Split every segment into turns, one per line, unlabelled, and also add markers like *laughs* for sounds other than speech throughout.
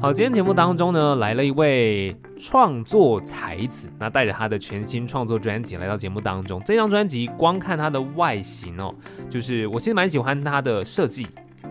好，今天节目当中呢，来了一位创作才子，那带着他的全新创作专辑来到节目当中。这张专辑光看它的外形哦，就是我其实蛮喜欢它的设计，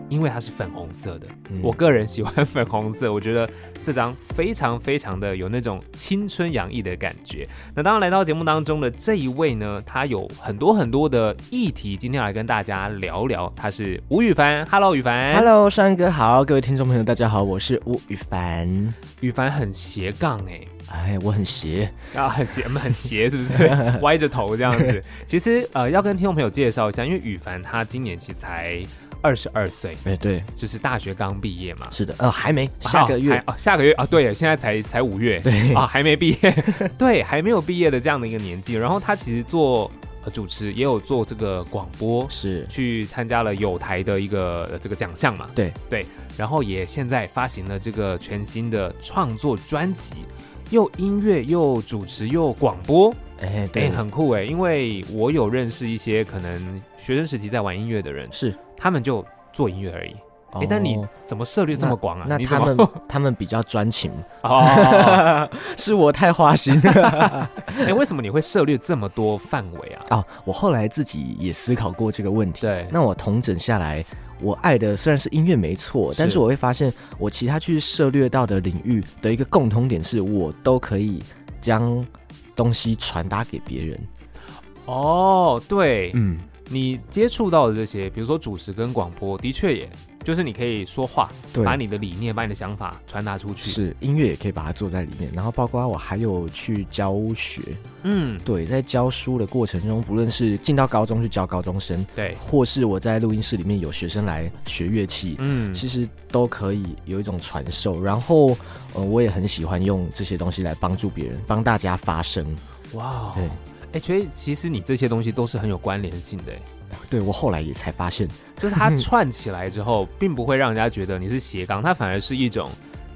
因为它是粉红色的。
嗯
我个人喜欢粉红色，我觉得这张非常非常的有那种青春洋溢的感觉。那当然来到节目当中的这一位呢，他有很多很多的议题，今天来跟大家聊聊。他是吴宇凡，Hello 宇凡
Hello，山哥好，各位听众朋友，大家好，我是吴宇凡。
宇凡很斜杠哎、
哎，我很邪，
啊，很斜，很斜，是不是？
*laughs*
歪着头这样子。其实呃，要跟听众朋友介绍一下，因为羽凡他今年其实才二十二岁，
哎，对，
就是大学刚毕业嘛。
是的，呃，还没，下个月
啊，还哦下个月啊，对，现在才才五月，
对
啊，还没毕业，对，还没有毕业的这样的一个年纪。然后他其实做、呃主持，也有做这个广播，
是
去参加了有台的一个、呃这个奖项嘛，
对
对，然后也现在发行了这个全新的创作专辑，又音乐又主持又广播，
哎，
哎、
对，
很酷哎，因为我有认识一些可能学生时期在玩音乐的人，
是。
他们就做音乐而已。哎、
哦
但你怎么涉猎这么广啊？
那
你
他
怎么
们
*laughs*
他们比较专情，
哦，
是我太花心
*laughs* 哎、为什么你会涉猎这么多范围啊？
哦。我后来自己也思考过这个问题。
对，
那我统整下来，我爱的虽然是音乐没错，
是
但是我会发现，我其他去涉略到的领域的一个共同点是，我都可以将东西传达给别人。
哦，对，
嗯，
你接触到的这些，比如说主持跟广播，的确也就是你可以说话，
对，
把你的理念、把你的想法传达出去。，
是音乐也可以把它做在里面，然后包括我还有去教学，
嗯，
对，在教书的过程中，不论是进到高中去教高中生，
对，
或是我在录音室里面有学生来学乐器，
嗯，
其实都可以有一种传授。然后，呃，我也很喜欢用这些东西来帮助别人，帮大家发声。
哇哦，
对
哎、所以其实你这些东西都是很有关联性的，
对我后来也才发现，
就是它串起来之后，并不会让人家觉得你是斜杠，它反而是一种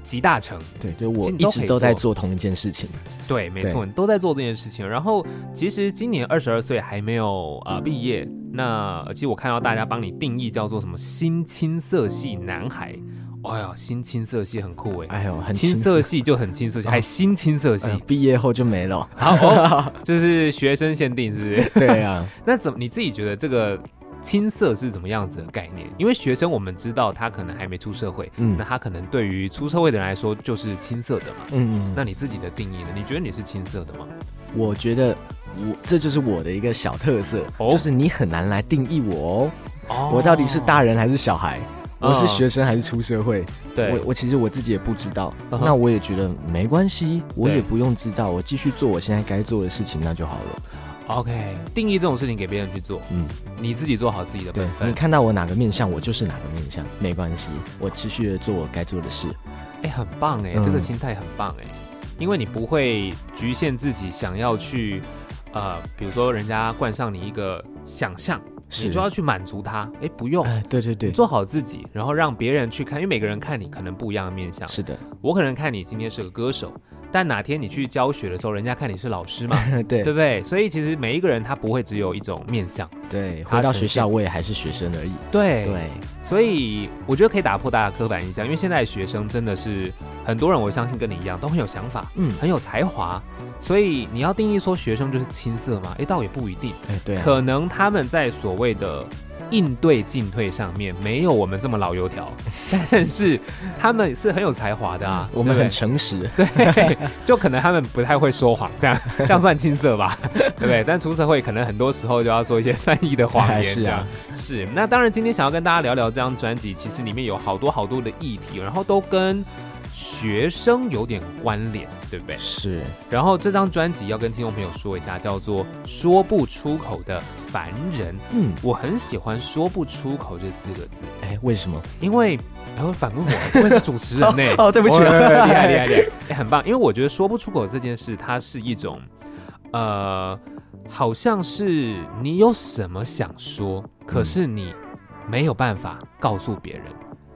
集大成。
对，就
其
我
实
一
都可
直
以
都在
做
做同一件事情。
对，没错，你都在做这件事情。然后其实今年二十二岁还没有啊、呃毕业，那呃其实我看到大家帮你定义叫做什么新青涩系男孩，哎呀，新青涩系很酷哎。
哎呦，很
青哦哎
涩
涩，系就很青涩系，还新青涩系
呃，毕业后就没
*laughs*
了。
好，哦，这是学生限定，是不是？
对啊，
那怎么你自己觉得这个青涩是怎么样子的概念？因为学生我们知道他可能还没出社会，
嗯
那他可能对于出社会的人来说就是青涩的嘛。
嗯嗯，
那你自己的定义呢？你觉得你是青涩的吗？
我觉得我这就是我的一个小特色，
哦
就是你很难来定义我哦。
哦
我到底是大人还是小孩？
嗯
我是学生还是出社会？
哦对
我，我其实我自己也不知道。
嗯哼
那我也觉得没关系，我
对
也不用知道，我继续做我现在该做的事情，那就好了。
OK，定义这种事情给别人去做，
嗯，
你自己做好自己的
对嗯
本分。
你看到我哪个面相，我就是哪个面相，没关系，我持续的做我该做的事。
哎，很棒哎，
嗯
这个心态很棒哎，因为你不会局限自己想要去，呃，比如说人家冠上你一个想象，你
是
就要去满足他。哎，不用，
哎，对对
你
对，
做好自己，然后让别人去看，因为每个人看你可能不一样的面相。
是的， *laughs*
我可能看你今天是个歌手，但哪天你去教学的时候，人家看你是老师嘛，
对
对不对？所以其实每一个人他不会只有一种面相。
对，
他
回到
呈
学校
现哎
我也还是学生而已。
对
对，
所以我觉得可以打破大家刻板印象，因为现在的学生真的是很多人，我相信跟你一样都很有想法，
嗯，
很有才华。所以你要定义说学生就是青涩吗？诶，倒也不一定，
哎，对啊，
可能他们在所谓的应对进退上面没有我们这么老油
*laughs*
条，但是他们是很有才华的啊。
嗯我们
对
很
不
诚实。
对对，就可能他们不太会说谎，这样 *laughs* 这样算青涩吧， *laughs* 对不对？但出社会可能很多时候就要说一些善意的谎
哎
言，
是啊
这样。是。那当然，今天想要跟大家聊聊这张专辑，其实里面有好多好多的议题，然后都跟。学生有点关联，对不对？
是，
然后这张专辑要跟听众朋友说一下，叫做《说不出口的凡人》。
嗯，
我很喜欢“说不出口”这四个字，
哎，为什么？
因为然后反问我，我也是主持人呢、
*laughs* 哦，对不起，
哦厉害厉害厉害、哎很棒。因为我觉得说不出口这件事，它是一种，呃，好像是你有什么想说，可是你没有办法告诉别人，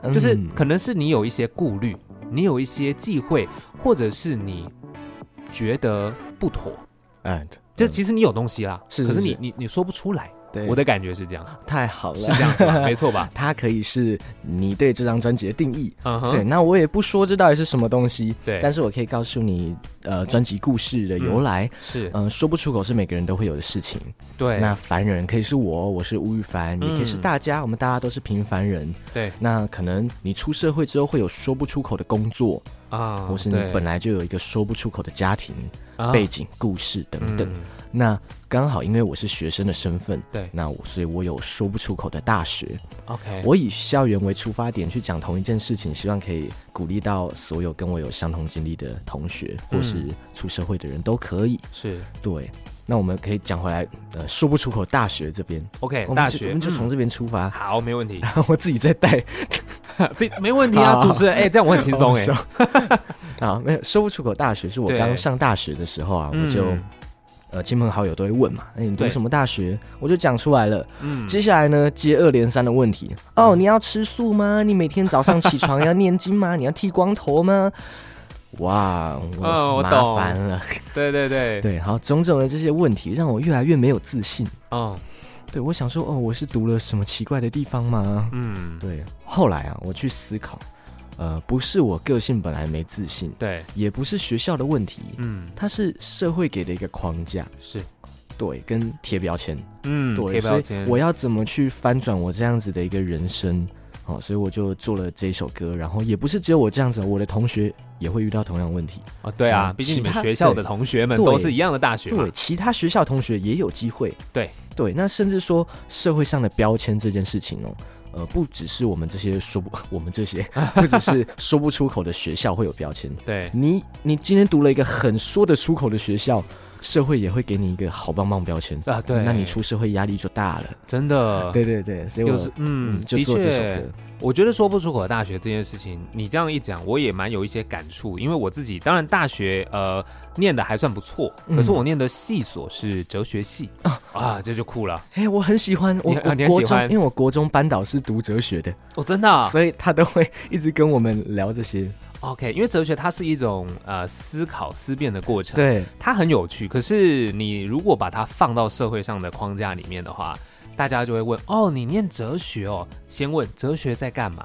嗯
就是可能是你有一些顾虑，你有一些忌讳，或者是你觉得不妥，
哎，
就
嗯
其实你有东西啦，
是是
可是你
嗯是
你你说不出来，
对，
我的感觉是这样，
太好了，
是这样子吧，没错
*laughs*
吧？
它可以是你对这张专辑的定义。
嗯哼，
对，那我也不说这到底是什么东西，
对
但是我可以告诉你，呃，专辑故事的由来，
是，
嗯、说不出口是每个人都会有的事情。
对，嗯
那凡人可以是我，我是吴亦凡，也可以是大家，我们大家都是平凡人。
对
那可能你出社会之后会有说不出口的工作，
啊，
或是你本来就有一个说不出口的家庭、背景、故事等等。
嗯
那刚好因为我是学生的身份，
对
那我所以我有说不出口的大学。
，OK，
我以校园为出发点去讲同一件事情，希望可以鼓励到所有跟我有相同经历的同学，
嗯
或是出社会的人都可以。
是
对，那我们可以讲回来，呃，说不出口大学这边，
OK，
我们
大
就
学
我们就
嗯
从这边出发， *laughs*
好，没问题，
然后我自己再带，
这没问题啊，
好
主持人，哎，这样我很轻松哎，
*laughs* 啊，没有说不出口大学是我
对
刚上大学的时候啊，我就。
嗯
呃，亲朋好友都会问嘛，哎、你读
对
什么大学？我就讲出来了。
嗯，
接下来呢，接二连三的问题。哦，你要吃素吗？你每天早上起床要念经
*laughs*
吗？你要剃光头吗？哇，
哦
我
我
麻
懂
烦了。
对对对，
对，好，种种的这些问题让我越来越没有自信。
哦，
对我想说，哦，我是读了什么奇怪的地方吗？
嗯，
对，后来啊，我去思考，呃，不是我个性本来没自信，
对，
也不是学校的问题，
嗯，
它是社会给的一个框架，
是，
对，跟贴标签。
嗯，
对，
贴
所
标
以
签，
我要怎么去翻转我这样子的一个人生？哦，所以我就做了这首歌，然后也不是只有我这样子，我的同学也会遇到同样的问题。
哦，对啊，
嗯
毕竟
其
你们
他
学校
对
的同学们都
对
是一样的大学嘛
对，，其他学校同学也有机会。
对
对，那甚至说社会上的标签这件事情哦，呃，不只是我们这些说不， *laughs* 我们
*laughs*
这些不只是说不出口的学校会有标签。
对，
你你今天读了一个很说得出口的学校，社会也会给你一个好棒棒标签
啊对
嗯那你出社会压力就大了。
真的，
对对对，所以
有
我
时嗯，
就
的
做这首
确
歌。
我觉得说不出口的大学这件事情，你这样一讲，我也蛮有一些感触，因为我自己当然大学呃念的还算不错，
嗯
可是我念的系所是哲学系、 *laughs* 啊，这就酷了，
哎、我很喜欢我
你
我
你很
国
喜
中，
欢
因为我国中班导是读哲学的，
哦，真的啊、
所以他都会一直跟我们聊这些。
OK，因为哲学它是一种呃思考思辨的过程，，
对，
它很有趣。可是你如果把它放到社会上的框架里面的话，大家就会问：哦，你念哲学哦？先问哲学在干嘛？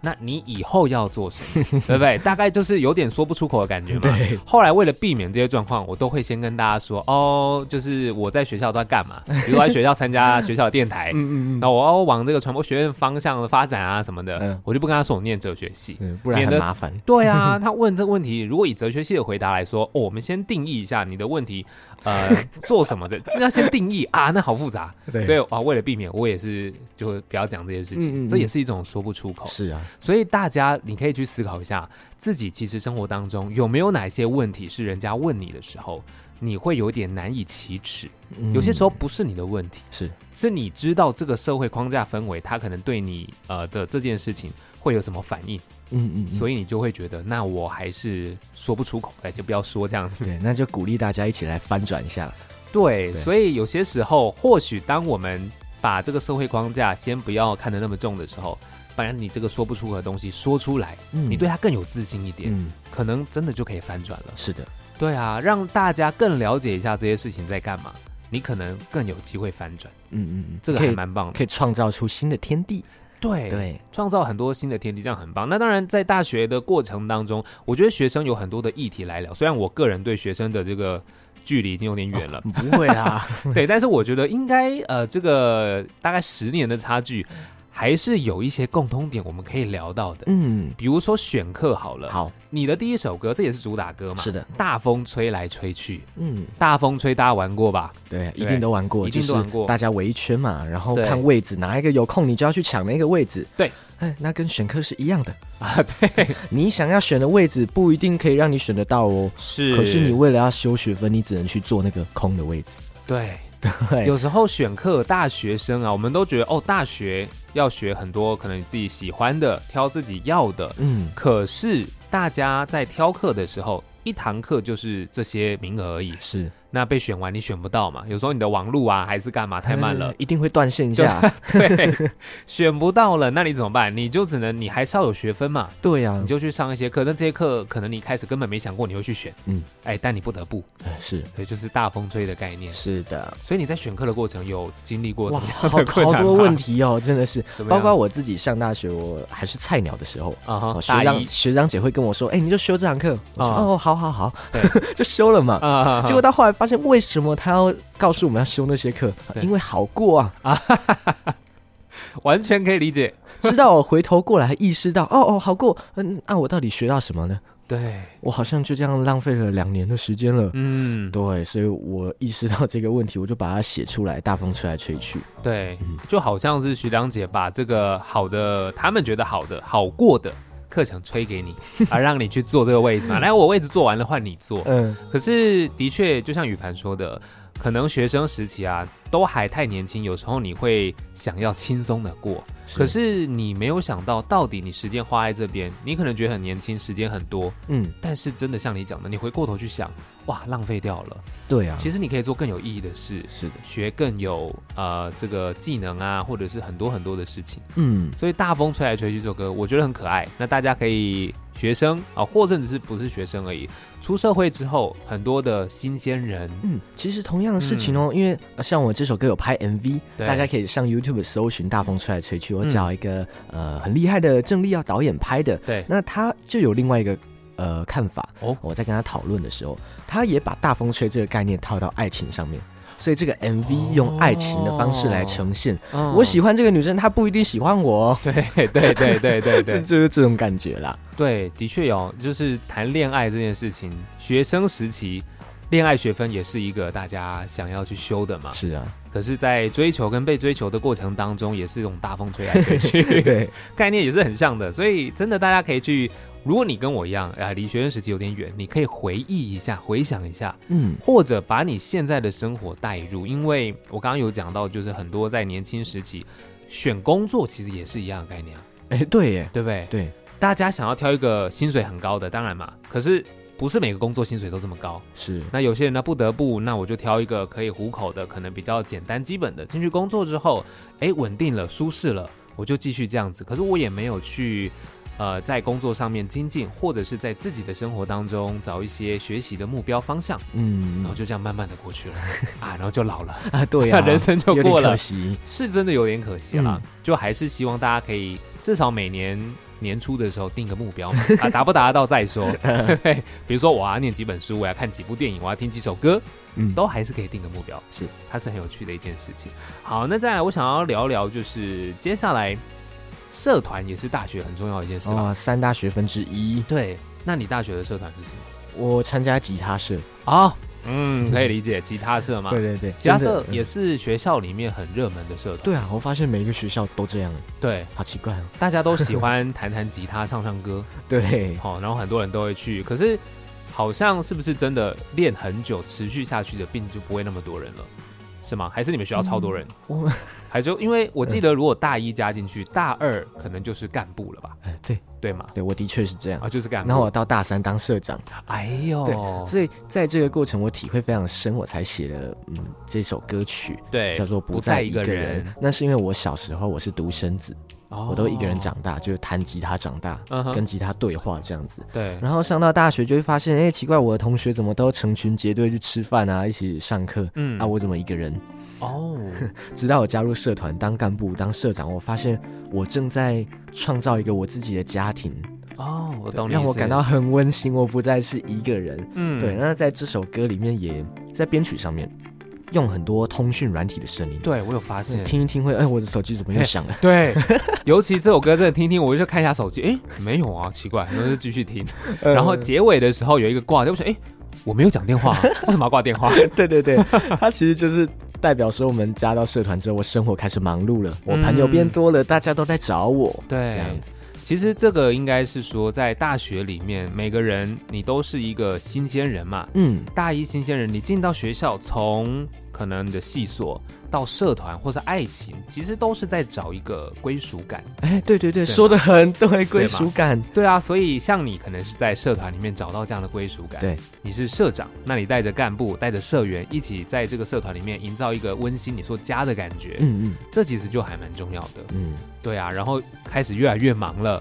那你以后要做什
*laughs*
么？对不对？大概就是有点说不出口的感觉嘛
对。
后来为了避免这些状况，我都会先跟大家说：哦，就是我在学校都在干嘛？比如我在学校参加学校的电台，
*laughs* 嗯嗯
那我要往这个传播学院方向的发展啊什么的，
嗯
我就不跟他说我念哲学系。
嗯，不然
免
很
得
麻烦。
对
*laughs*
啊，他问这个问题，如果以哲学系的回答来说，哦，我们先定义一下你的问题，
*laughs*
呃，做什么的，那先定义啊，那好复杂，
对
所以啊，为了避免，我也是就不要讲这些事情，
嗯嗯嗯
这也是一种说不出口。
是啊，
所以大家，你可以去思考一下，自己其实生活当中有没有哪些问题是人家问你的时候，你会有点难以启齿，
嗯
有些时候不是你的问题。
是
是你知道这个社会框架氛围，它可能对你呃的这件事情会有什么反应，
嗯嗯，以
所以你就会觉得，那我还是说不出口，哎，就不要说这样子。
对，那就鼓励大家一起来翻转一下。
*laughs* 对，
对
所以有些时候，或许当我们把这个社会框架先不要看得那么重的时候，反正你这个说不出口的东西说出来，
嗯
你对它更有自信一点，
嗯，
可能真的就可以翻转了。
是的，
对啊，让大家更了解一下这些事情在干嘛，你可能更有机会翻转，
嗯嗯嗯，
这个
可
还
以
蛮哎棒的。
可以创造出新的天地。
对
对，
创造很多新的天地，这样很棒。那当然，在大学的过程当中，我觉得学生有很多的议题来聊。虽然我个人对学生的这个距离已经有点远了，
不会啦，
*laughs* 对，但是我觉得应该呃，这个大概十年的差距，还是有一些共通点我们可以聊到的。
嗯，
比如说选课好了，
好，
你的第一首歌，这也是主打歌嘛，
是的，
大风吹来吹去，
嗯，
大风吹，大家玩过吧？
对，一
对
定都玩过，
一定都玩过
就是大家围一圈嘛，然后
对
看位置，哪一个有空你就要去抢那个位置。
对，
哎，那跟选课是一样的，
*laughs* 啊，对，
*laughs* 你想要选的位置不一定可以让你选得到哦。
是，
可是你为了要修学分，你只能去坐那个空的位置。
对。*laughs*
对，
有时候选课，大学生啊，我们都觉得哦，大学要学很多可能你自己喜欢的，挑自己要的。
*laughs* 嗯，
可是大家在挑课的时候，一堂课就是这些名额而已，
是
那被选完你选不到嘛，有时候你的网路啊还是干嘛太慢了
*laughs* 哎，一定会断线一下。
*laughs* 对，选不到了，那你怎么办？你就只能你还是要有学分嘛，
*laughs* 对啊
*laughs*
呀、
你就去上一些课，但这些课可能你一开始根本没想过你会去选，嗯
嗯，
哎，但你不得不，
哎是
对，就是大风吹的概念。
是的，
所以你在选课的过程有经历过
哇，
*laughs* 怎么
好
样的困
好
难
多
吗
问题哦，真的是
怎，么样
包括我自己上大学，我还是菜鸟的时候。
啊哈
哦，学
大
长
一
学长姐会跟我说：“哎、你就修这堂课。”我说：“
啊
哦，好好好
对，
*laughs* 就修了嘛。
啊， *laughs*
结果到后来发现，为什么他要告诉我们要修那些课？
对
因为好过啊！
*laughs* 完全可以理解，
直到我回头过来意识到，哦哦，好过。嗯，啊，我到底学到什么呢？
对，
我好像就这样浪费了两年的时间了。
嗯，
对，所以我意识到这个问题，我就把它写出来，大风吹来吹去。
对，就好像是学长姐把这个好的，他们觉得好的、好过的课程推给 *laughs* 你，而让你去坐这个位 *laughs* 置嘛，来，我位置坐完了，换你坐。
嗯，
可是的确，就像雨盘说的，可能学生时期啊都还太年轻，有时候你会想要轻松的过，可是你没有想到，到底你时间花在这边，你可能觉得很年轻，时间很多，
嗯，
但是真的像你讲的，你回过头去想，哇，浪费掉了。
对啊，
其实你可以做更有意义的事，
是的，
学更有呃这个技能啊，或者是很多很多的事情。
嗯，
所以《大风吹来吹去》这首歌，我觉得很可爱。那大家可以学生啊，或者只是不是学生而已，出社会之后，很多的新鲜人，
嗯，其实同样的事情哦，因为呃像我这首歌有拍 MV，
嗯对
大家可以上 YouTube 搜寻“大风吹来吹去”，我
嗯
找一个、呃很厉害的郑丽耀导演拍的，
对，
那他就有另外一个呃看法
哦
我在跟他讨论的时候，他也把“大风吹”这个概念套到爱情上面。所以这个 MV 用爱情的方式来呈现，
哦嗯
我喜欢这个女生，她不一定喜欢我
*laughs*
哦，
对对对对对
这 *laughs*
对
就是这种感觉啦。
对，的确有，就是谈恋爱这件事情，学生时期。恋爱学分也是一个大家想要去修的嘛，
是啊，
可是，在追求跟被追求的过程当中，也是一种大风吹来吹去，
*laughs* 对，
概念也是很像的，所以真的大家可以去，如果你跟我一样，啊、离学生时期有点远，你可以回忆一下，回想一下，
嗯，
或者把你现在的生活带入，因为我刚刚有讲到，就是很多在年轻时期选工作其实也是一样的概念啊，
哎，对耶，
对不对？
对，
大家想要挑一个薪水很高的，当然嘛，可是不是每个工作薪水都这么高，
是，
那有些人呢不得不，那我就挑一个可以糊口的，可能比较简单基本的。进去工作之后，哎，稳定了，舒适了，我就继续这样子。可是我也没有去，呃，在工作上面精进，或者是在自己的生活当中找一些学习的目标方向，
嗯
然后就这样慢慢的过去了 *laughs* 啊，然后就老了，
啊，对呀、
*laughs* 人生就
有点
过
可
了，
惜，
是真的有点可惜啦。
嗯
就还是希望大家可以至少每年。年初的时候定个目
*laughs*
标嘛，啊，达不达得到再说。 *laughs* 比如说我啊要念几本书，我要看几部电影，我要听几首歌，
嗯，
都还是可以定个目标，
是，
它是很有趣的一件事情。好，那再来，我想要聊聊，就是接下来社团也是大学很重要的一件事吧？
哦，三大学分之一，
对，那你大学的社团是什
*laughs*
么？
我参加吉他社，
啊、嗯，可以理解，吉他社嘛，
哦对对对，
吉他
真的
社也、是学校里面很热门的社
嗯
团，
对啊，我发现每一个学校都这样，
对，
好奇怪哦， *laughs*
大家都喜欢弹弹吉他、唱唱歌，
对，
好、然后很多人都会去，可是。好像是不是真的练很久、持续下去的病就不会那么多人了，是吗？还是你们学校超多人？
嗯我嗯
还就因为我记得，如果大一加进去，大二可能就是干部了吧？
哎对
对吗？
对，我的确是这样。
啊，就是干部。
然后我到大三当社长，
哎呦，对
所以在这个过程我体会非常深，我才写了嗯这首歌曲叫做《
哎不
不
在
再
一
一
个
个
人
人》，那是因为我小时候我是独生子，
哦
我都一个人，长大，就是弹吉他长大，
嗯哼
跟吉他对话这样子。
对，
然后上到大学就会发现，哎、奇怪，我的同学怎么都成群结队去吃饭啊，一起上课。
嗯
啊，我怎么一个人？
哦，
直到我加入社团当干部、当社长，我发现我正在创造一个我自己的家庭，
哦，我
对
懂你，
让我感到，很温馨。我不再是一个人。
嗯，
对，，那在这首歌里面也在编曲上面用很多通讯软体的声音，
对我有发现，
听一听会，哎、我的手机怎么又响了？
对，尤其这首歌真的听听，我就看一下手机，哎，没有啊，奇怪，然后就继续听， *laughs*
嗯
然
呃
后结尾的时候有一个挂掉，我想，哎，我没有讲电话
*laughs*
啊，为什么要挂电话？
对对对，它其实就是代表说我们加到社团之后，我生活开始忙碌了，我朋友变多了，大家都在找我，
嗯对，
这样子。
其实这个应该是说，在大学里面，每个人你都是一个新鲜人嘛。
嗯，
大一新鲜人，你进到学校，从可能你的系所到社团或是爱情，其实都是在找一个归属感。
哎，对对对，
嘛
说的很对，归属感，
对啊，所以像你可能是在社团里面找到这样的归属感。
对，
你是社长，那你带着干部、带着社员一起在这个社团里面营造一个温馨你说家的感觉，
嗯
这其实就还蛮重要的。
嗯
对啊，然后开始越来越忙
*laughs*
了，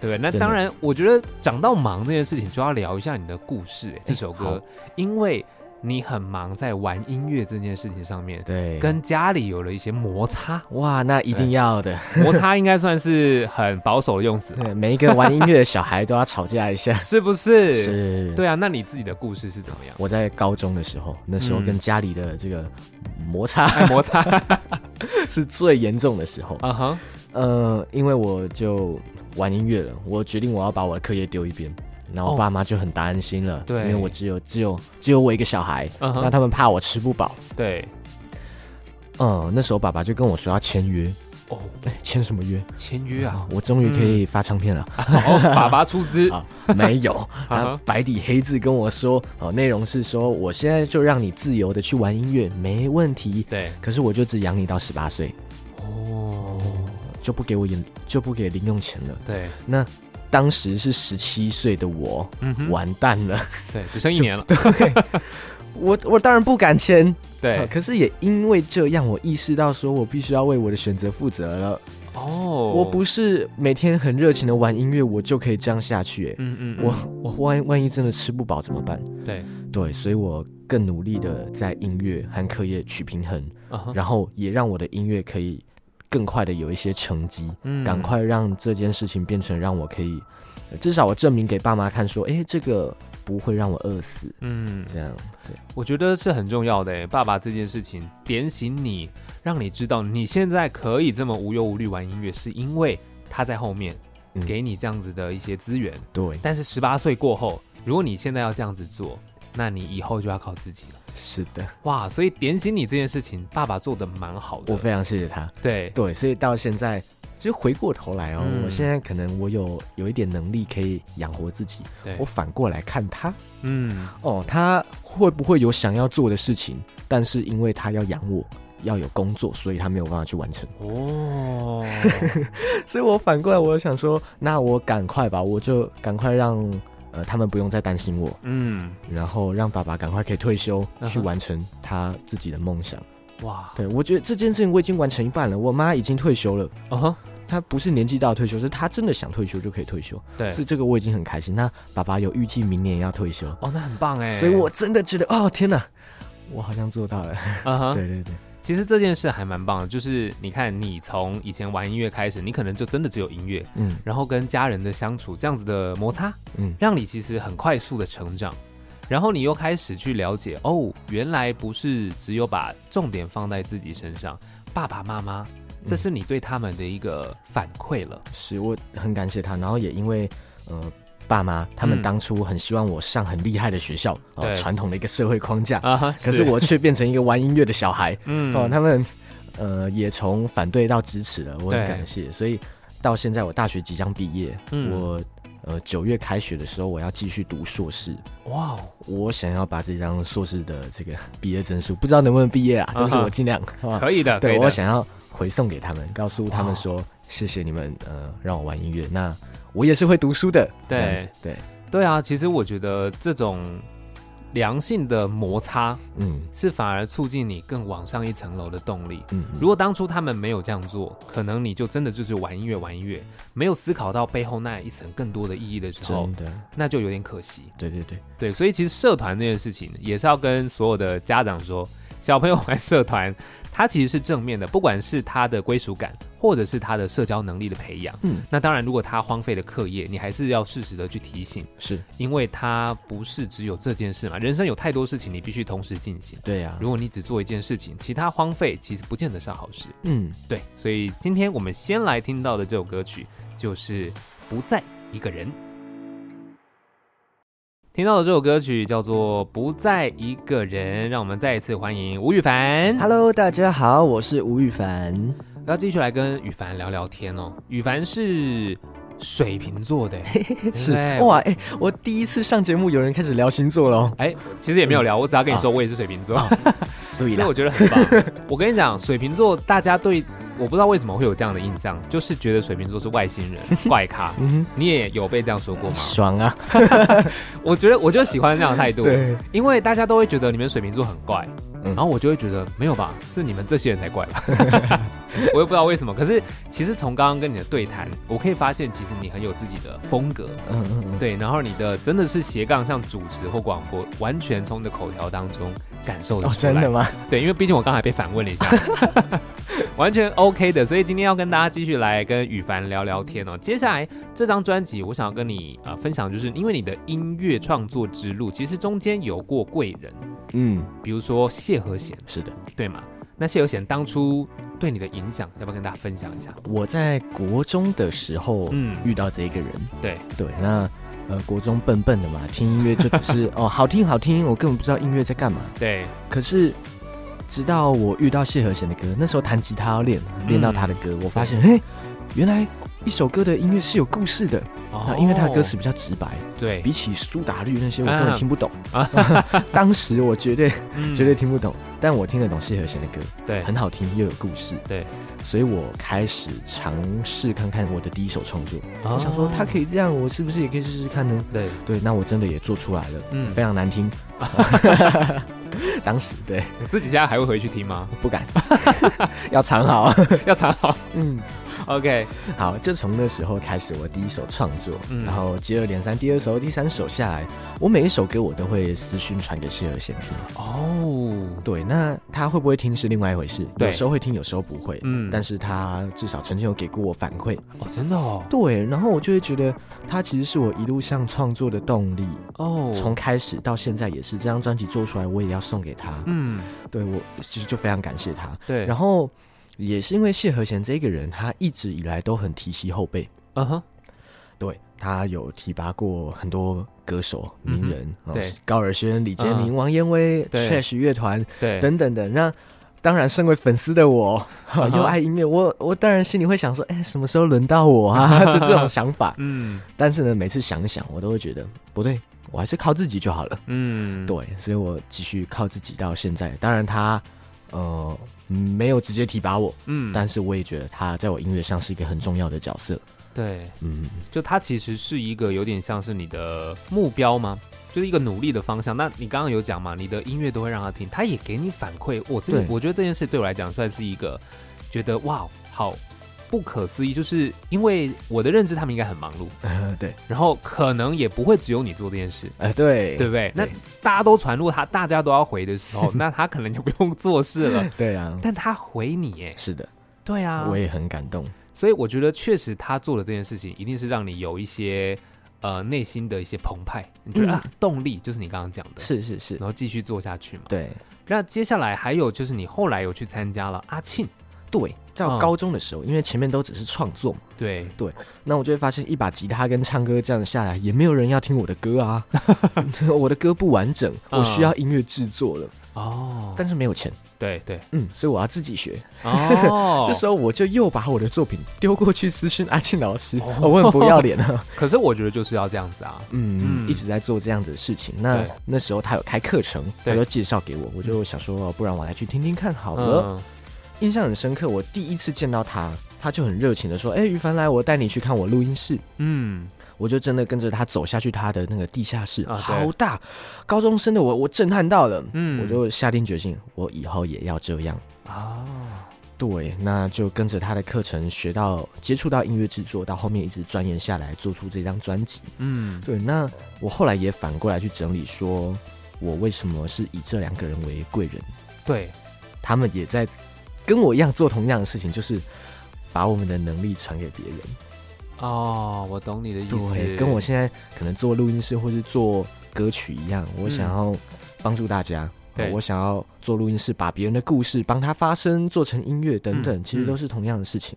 对不对？那
真的
当然，我觉得讲到忙这件事情，就要聊一下你的故事、欸这首
哎好
歌，因为你很忙在玩音乐这件事情上面
嗯，，对，
跟家里有了一些摩擦， *laughs*
哇，那一定要的，
摩擦应该算是很保守的用词吧，，
对，每一个玩音乐的小孩都要吵架一下
是不 *laughs* 是？
是，
对啊，那你自己的故事是怎么
*laughs*
样？
我在高中的时候，那时候
嗯
跟家里的这个摩擦
哎，摩擦，
*laughs* 是最严重的时候。
啊哈，
呃，因为我就玩音乐了，我决定我要把我的课业丢一边。然后
哦
我爸妈就很担心了，
对
因为我只有只有只有我一个小孩，
嗯哼
那他们怕我吃不饱。
对，
嗯，那时候爸爸就跟我说要签约，
哦，
哎，签什么约？
签约啊，
我终于可以发唱片了、
*laughs* 好，爸爸出
*laughs*
资，
啊！没有，
啊
他
哈
白底黑字跟我说，哦，内容是说我现在就让你自由的去玩音乐，没问题。
对，
可是我就只养你到十八岁，
哦，
就不给我零就不给零用钱了。
对，
那当时是十七岁的我，
嗯哼，
完蛋了。
对，只剩一年了，
我我当然不敢签，啊 *laughs*
对，
可是也因为这样，我意识到说我必须要为我的选择负责了。
哦，
我不是每天很热情的玩音乐，我就可以这样下去、欸。
嗯嗯，嗯
我我万万一真的吃不饱怎么办？
对，
对，所以我更努力的在音乐和课业取平衡，
啊哈
然后也让我的音乐可以更快的有一些成绩，
嗯
赶快让这件事情变成让我可以，呃至少我证明给爸妈看说，诶，这个不会让我饿死，
嗯，
这样。
我觉得是很重要的诶，爸爸这件事情点醒你，让你知道你现在可以这么无忧无虑玩音乐，是因为他在后面
嗯
给你这样子的一些资源。
对，
但是十八岁过后，如果你现在要这样子做，那你以后就要靠自己了。
是的，
哇，所以点醒你这件事情，爸爸做的蛮好的。
我非常谢谢他。
对，
对，所以到现在，其实回过头来哦，
嗯
我现在可能我有有一点能力可以养活自己
对，
我反过来看他， *laughs*
嗯，
哦，他会不会有想要做的事情，但是因为他要养我，要有工作，所以他没有办法去完成。
哦，
*laughs* 所以我反过来，我想说，那我赶快吧，我就赶快让呃他们不用再担心我，
嗯，
然后让爸爸赶快可以退休，
嗯哼
去完成他自己的梦想。
哇，
对我觉得这件事情我已经完成一半了，我妈已经退休了。
啊哈，
她不是年纪大退休，是她真的想退休就可以退休，
对，
是这个我已经很开心。那爸爸有预计明年要退休，
哦，那很棒哎，
所以我真的觉得，哦天哪，我好像做到了。
啊哈，
对对对，
其实这件事还蛮棒的，就是你看，你从以前玩音乐开始，你可能就真的只有音乐，
嗯
然后跟家人的相处这样子的摩擦，
嗯，
让你其实很快速的成长。然后你又开始去了解，哦，原来不是只有把重点放在自己身上，爸爸妈妈，这是你对他们的一个反馈 *laughs* 了。
是我很感谢他，然后也因为呃。爸妈他们
嗯
当初很希望我上很厉害的学校，
对
哦，传统的一个社会框架，
啊哈，
可是我却变成一个玩音乐的小孩，
嗯
哦，他们呃也从反对到支持了，我
对
很感谢。所以到现在我大学即将毕业，
嗯
我呃九月开学的时候我要继续读硕士，
哇哦，
我想要把这张硕士的这个毕业证书，不知道能不能毕业啊，但是
啊哈
我尽量。好吧
可以啊的，可哦
对
以
我
的，
想要回送给他们，告诉他们说谢谢你们呃让我玩音乐，那我也是会读书的。
对
这样子对，
对啊，其实我觉得这种良性的摩擦
嗯
是反而促进你更往上一层楼的动力。
嗯，
如果当初他们没有这样做，可能你就真的就是玩音乐玩音乐，没有思考到背后那一层更多的意义的时候
真，的，
那就有点可惜。
对对对，
对，所以其实社团这件事情也是要跟所有的家长说，小朋友玩社团，它其实是正面的，不管是他的归属感，或者是他的社交能力的培养。
嗯，
那当然，如果他荒废了课业，你还是要适时的去提醒，
是
因为他不是只有这件事嘛，人生有太多事情你必须同时进行。
对啊呀、
如果你只做一件事情，其他荒废其实不见得是好事。
嗯，
对，所以今天我们先来听到的这首歌曲就是《不再一个人》。听到的这首歌曲叫做《不再一个人》，让我们再一次欢迎吴宇凡。
Hello，大家好，我是吴宇凡。
要继续来跟宇凡聊聊天哦。宇凡是水瓶座的，欸
*laughs* 是
对
哇，哎、我第一次上节目有人开始聊星座了哦，
哎，其实也没有聊，我只要跟你说，我也是水瓶 *laughs* 座，
所以
所以
嗯啊啦
我，觉得很棒。我跟你讲，水瓶座大家对我不知道为什么会有这样的印象，就是觉得水瓶座是外星
*laughs*
人、怪咖。
嗯
你也有被这样说过
哼，
吗？
爽啊，
我觉得我就喜欢这样的态度，
对，
因为大家都会觉得你们水瓶座很怪，
嗯
然后我就会觉得没有吧，是你们这些人才怪吧。 *laughs* 我也不知道为什么，可是其实从刚刚跟你的对谈，我可以发现其实你很有自己的风格，
嗯嗯嗯，
对，然后你的真的是斜杠像主持或广播，完全从你的口条当中感受得
哦，
出
真
来。
的吗？
对，因为毕竟我刚才被反问了一下， *laughs* 完全 OK 的，所以今天要跟大家继续来跟羽凡聊聊天哦。接下来这张专辑，我想要跟你呃分享，就是因为你的音乐创作之路，其实中间有过贵人，
嗯，
比如说谢和弦，
是的，
对吗？那谢和弦当初对你的影响，要不要跟大家分享一下？
我在国中的时候，
嗯，
遇到这一个人，
对
对，那呃，国中笨笨的嘛，听音乐就只
*laughs*
是哦，好听好听，我根本不知道音乐在干嘛。
对，
可是直到我遇到谢和弦的歌，那时候弹吉他要练，练到他的
嗯
歌，我发现，嘿，原来一首歌的音乐是有故事的。
哦
啊，因为他的歌词比较直白，
对，
比起苏打绿那些我根本听不懂
啊
啊， *laughs* 当时我绝对
嗯
绝对听不懂，但我听得懂谢和弦的歌，
对，
很好听又有故事。
对，
所以我开始尝试看看我的第一首创作。
我
我想说他可以这样，我是不是也可以试试看呢？
哦对，
对，那我真的也做出来了，
嗯，
非常
*laughs*
难听。当时对
你自己现在还会回去听吗？ *laughs*
不敢， *laughs* 要藏好。
要藏好
嗯，
，OK，
*laughs* 好，就从那时候开始，我第一首创作，
嗯
然后接二连三，第二首、第三首下来，我每一首歌我都会私讯传给谢和弦听。
哦，
对，那他会不会听是另外一回事，
对
有时候会听，有时候不会。
嗯
但是他至少曾经有给过我反馈，
哦，真的哦，
对，然后我就会觉得他其实是我一路上创作的动力，
哦，
从开始到现在也是这张专辑做出来，我也要送给他。
嗯，
对我其实就非常感谢他。
对，
然后也是因为谢和弦这个人，他一直以来都很提携后辈，
嗯哼，
对他有提拔过很多歌手、
嗯哼
名人，哦
对
高尔宣、李健
嗯
民、王彦威、
对
Trash 乐团
对，
等等的。那当然，身为粉丝的我， *laughs*
嗯哼
又爱音乐，我我当然心里会想说，哎、什么时候轮到我啊？ *laughs* 这这种想法。
嗯
但是呢，每次想一想，我都会觉得不对，我还是靠自己就好了。
嗯，
对，所以我继续靠自己到现在。当然他，呃嗯没有直接提拔我，
嗯，
但是我也觉得他在我音乐上是一个很重要的角色。
对，
嗯，
就它其实是一个有点像是你的目标吗？就是一个努力的方向。那你刚刚有讲嘛，你的音乐都会让他听，他也给你反馈。我这个
对
我觉得这件事对我来讲算是一个觉得哇，哦好不可思议，就是因为我的认知他们应该很忙碌，
呃， *laughs* 对， *laughs*
然后可能也不会只有你做这件事。
呃，对，
对不对？那大家都传入他，大家都要回的时候，那他可能就不用做事
*laughs*
了。
*laughs* 对啊，
但他回你，哎，
是的，
对啊，
我也很感动。
所以我觉得确实他做的这件事情，一定是让你有一些呃内心的一些澎湃，你觉得、
嗯
啊动力，就是你刚刚讲的，
是是是
然，后继续做下去嘛。
对
那接下来还有就是你后来有去参加了阿庆，
对。在
嗯
我高中的时候，因为前面都只是创作嘛，
对，
那我就会发现一把吉他跟唱歌这样下来，也没有人要听我的歌啊，我的歌不完整，我需要音乐制作了，
哦，
但是没有钱，
对对，
嗯，所以我要自己学。
*laughs* 哦
这时候我就又把我的作品丢过去私讯阿庆老师，哦我很不要脸
*laughs*
啊，
可是我觉得就是要这样子啊，
嗯，
嗯
一直在做这样子的事情。那
对
那时候他有开课程，
对
他就介绍给我，我就想说，哦不然我来去听听看好了。
嗯，
印象很深刻，我第一次见到他，他就很热情的说：“哎，于凡来，我带你去看我录音室。”
嗯，
我就真的跟着他走下去他的那个地下室，
啊对
好大，高中生的我，我震撼到了，
嗯
我就下定决心，我以后也要这样。
啊，
对，那就跟着他的课程学到接触到音乐制作，到后面一直钻研下来，做出这张专辑。
嗯，
对，那我后来也反过来去整理说，我为什么是以这两个人为贵人，
对，
他们也在跟我一样做同样的事情，就是把我们的能力传给别人。
哦，我懂你的意思，
对，跟我现在可能做录音室或是做歌曲一样，我想要帮助大家。
嗯对
我想要做录音室，把别人的故事帮他发声，做成音乐等等，
嗯
其实都是同样的事情。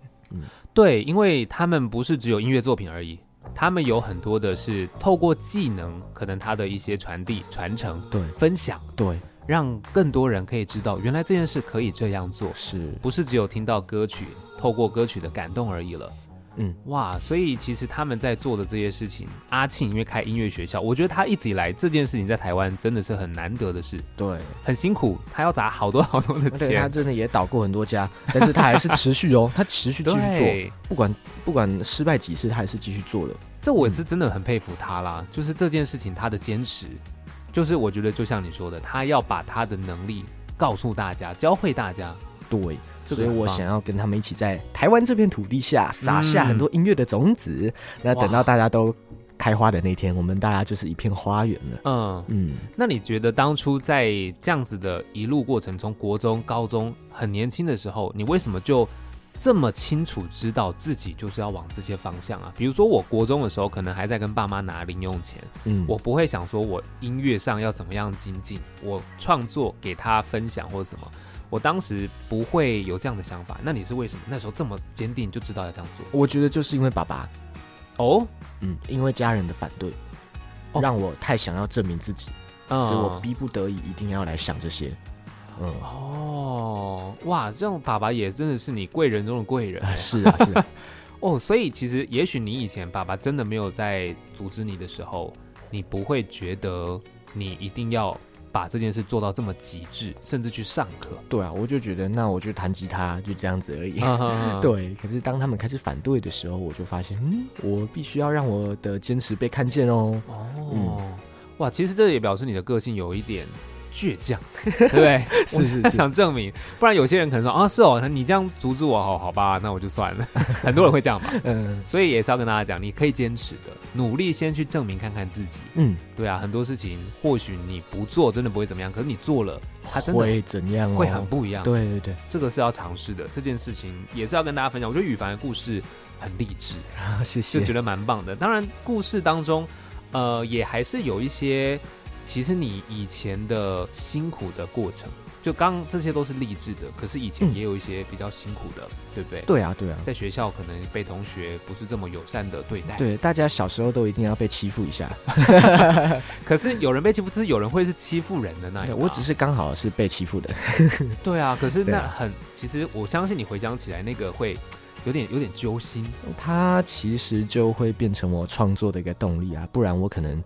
对，因为他们不是只有音乐作品而已，他们有很多的是透过技能，可能他的一些传递、传承、
对
分享，
对，
让更多人可以知道，原来这件事可以这样做，
是，
不是只有听到歌曲，透过歌曲的感动而已了。
嗯，
哇，所以其实他们在做的这些事情，阿庆因为开音乐学校，我觉得他一直以来这件事情在台湾真的是很难得的事， *laughs*
对，
很辛苦，他要砸好多 *laughs* 好多的
而且他
钱，
真的也倒过很多家， *laughs* 但是他还是持续
*laughs*
哦，他持续继续做，
对，
不管不管失败几次，他还是继续做的。
这我是真的很佩服他啦，就是这件事情他的坚持，就是我觉得就像你说的，他要把他的能力告诉大家，教会大家，
对，
这
所
个
以
很
我
棒
想要跟他们一起在台湾这片土地下撒下
嗯
很多音乐的种子。那等
哇
到大家都开花的那天，我们大家就是一片花园了。
嗯，
嗯，
那你觉得当初在这样子的一路过程，从国中、高中很年轻的时候，你为什么就这么清楚知道自己就是要往这些方向啊？比如说，我国中的时候可能还在跟爸妈拿零用钱，
嗯，
我不会想说我音乐上要怎么样精进，我创作给他分享或者什么，我当时不会有这样的想法。那你是为什么那时候这么坚定就知道要这样做？
我觉得就是因为爸爸，
哦，
嗯，因为家人的反对，
哦
让我太想要证明自己，
嗯
所以我逼不得已一定要来想这些。嗯，
哦，哇，这样爸爸也真的是你贵人中的贵人、
啊是啊，是啊，
哦，所以其实也许你以前爸爸真的没有在阻止你的时候，你不会觉得你一定要把这件事做到这么极致，甚至去上课。
*laughs* 对啊，我就觉得那我就弹吉他，就这样子而已。
啊
*laughs* 对，可是当他们开始反对的时候，我就发现，嗯，我必须要让我的坚持被看
*laughs*
见哦。
哦，
嗯
哇，其实这也表示你的个性有一点倔
*laughs*
强，对不对？
是
我
是是
想证明，不然有些人可能说啊，是哦，那你这样阻止我，好好吧，那我就算了。 *laughs* 很多人会这样吧，
*laughs* 嗯
所以也是要跟大家讲，你可以坚持的，努力先去证明看看自己。
嗯，
对啊，很多事情或许你不做真的不会怎么样，可是你做了，它啊真的
会怎样、哦？
会很不一样。，
对对对，
这个是要尝试的，这件事情也是要跟大家分享。我觉得羽凡的故事很励志，
啊， *laughs* 谢
就
谢
觉。得蛮棒的。当然，故事当中，呃，也还是有一些，其实你以前的辛苦的过程，就刚这些都是励志的，可是以前
嗯
也有一些比较辛苦的，对不对？
对啊，对啊，
在学校可能被同学不是这么友善的对待，
对，大家小时候都一定要被欺负一下。
可是有人被欺负，就是有人会是欺负人的那一
对
个啊。
我只是刚好是被欺负的。
对啊，可是
对
那
啊
很，其实我相信你回想起来，那个会有点有点揪心。
它其实就会变成我创作的一个动力啊，不然我可能，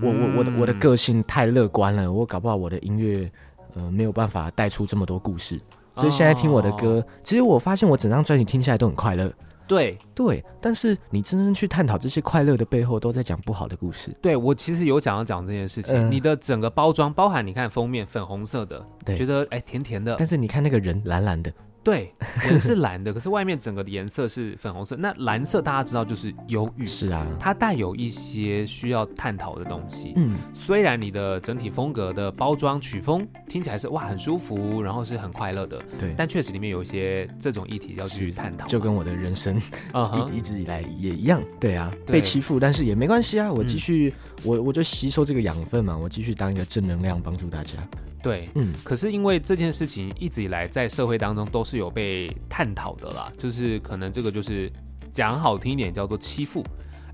我我我的我的
嗯
个性太乐观了，我搞不好我的音乐，呃，没有办法带出这么多故事。所以现在听我的
哦
歌，其实我发现我整张专辑听下来都很快乐，
对
对。但是你真正去探讨这些快乐的背后，都在讲不好的故事。
对，我其实有想要讲这件事情。
嗯
你的整个包装，包含你看封面粉红色的，
对
觉得哎甜甜的，
但是你看那个人蓝蓝的，
对，人是蓝的，可是外面整个的颜色是粉红色。那蓝色大家知道就是忧郁，
是啊，
它带有一些需要探讨的东西。
嗯，
虽然你的整体风格的包装曲风听起来是哇很舒服，然后是很快乐的，
对。
但确实里面有一些这种议题要去
是
探讨嘛。
就跟我的人生
嗯哼
一一直以来也一样，啊对啊，
对
被欺负，但是也没关系啊，我
嗯
继续，我我就吸收这个养分嘛，我继续当一个正能量，帮助大家。
对，
嗯，
可是因为这件事情一直以来在社会当中都是有被探讨的啦，就是可能这个就是讲好听一点叫做欺负，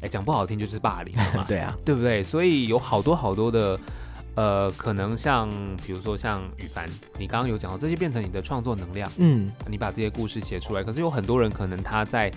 哎，讲不好听就是霸凌了嘛，
*laughs* 对啊，
对不对？所以有好多好多的。呃，可能像比如说像羽凡，你刚刚有讲到这些变成你的创作能量，
嗯，
你把这些故事写出来。可是有很多人可能他在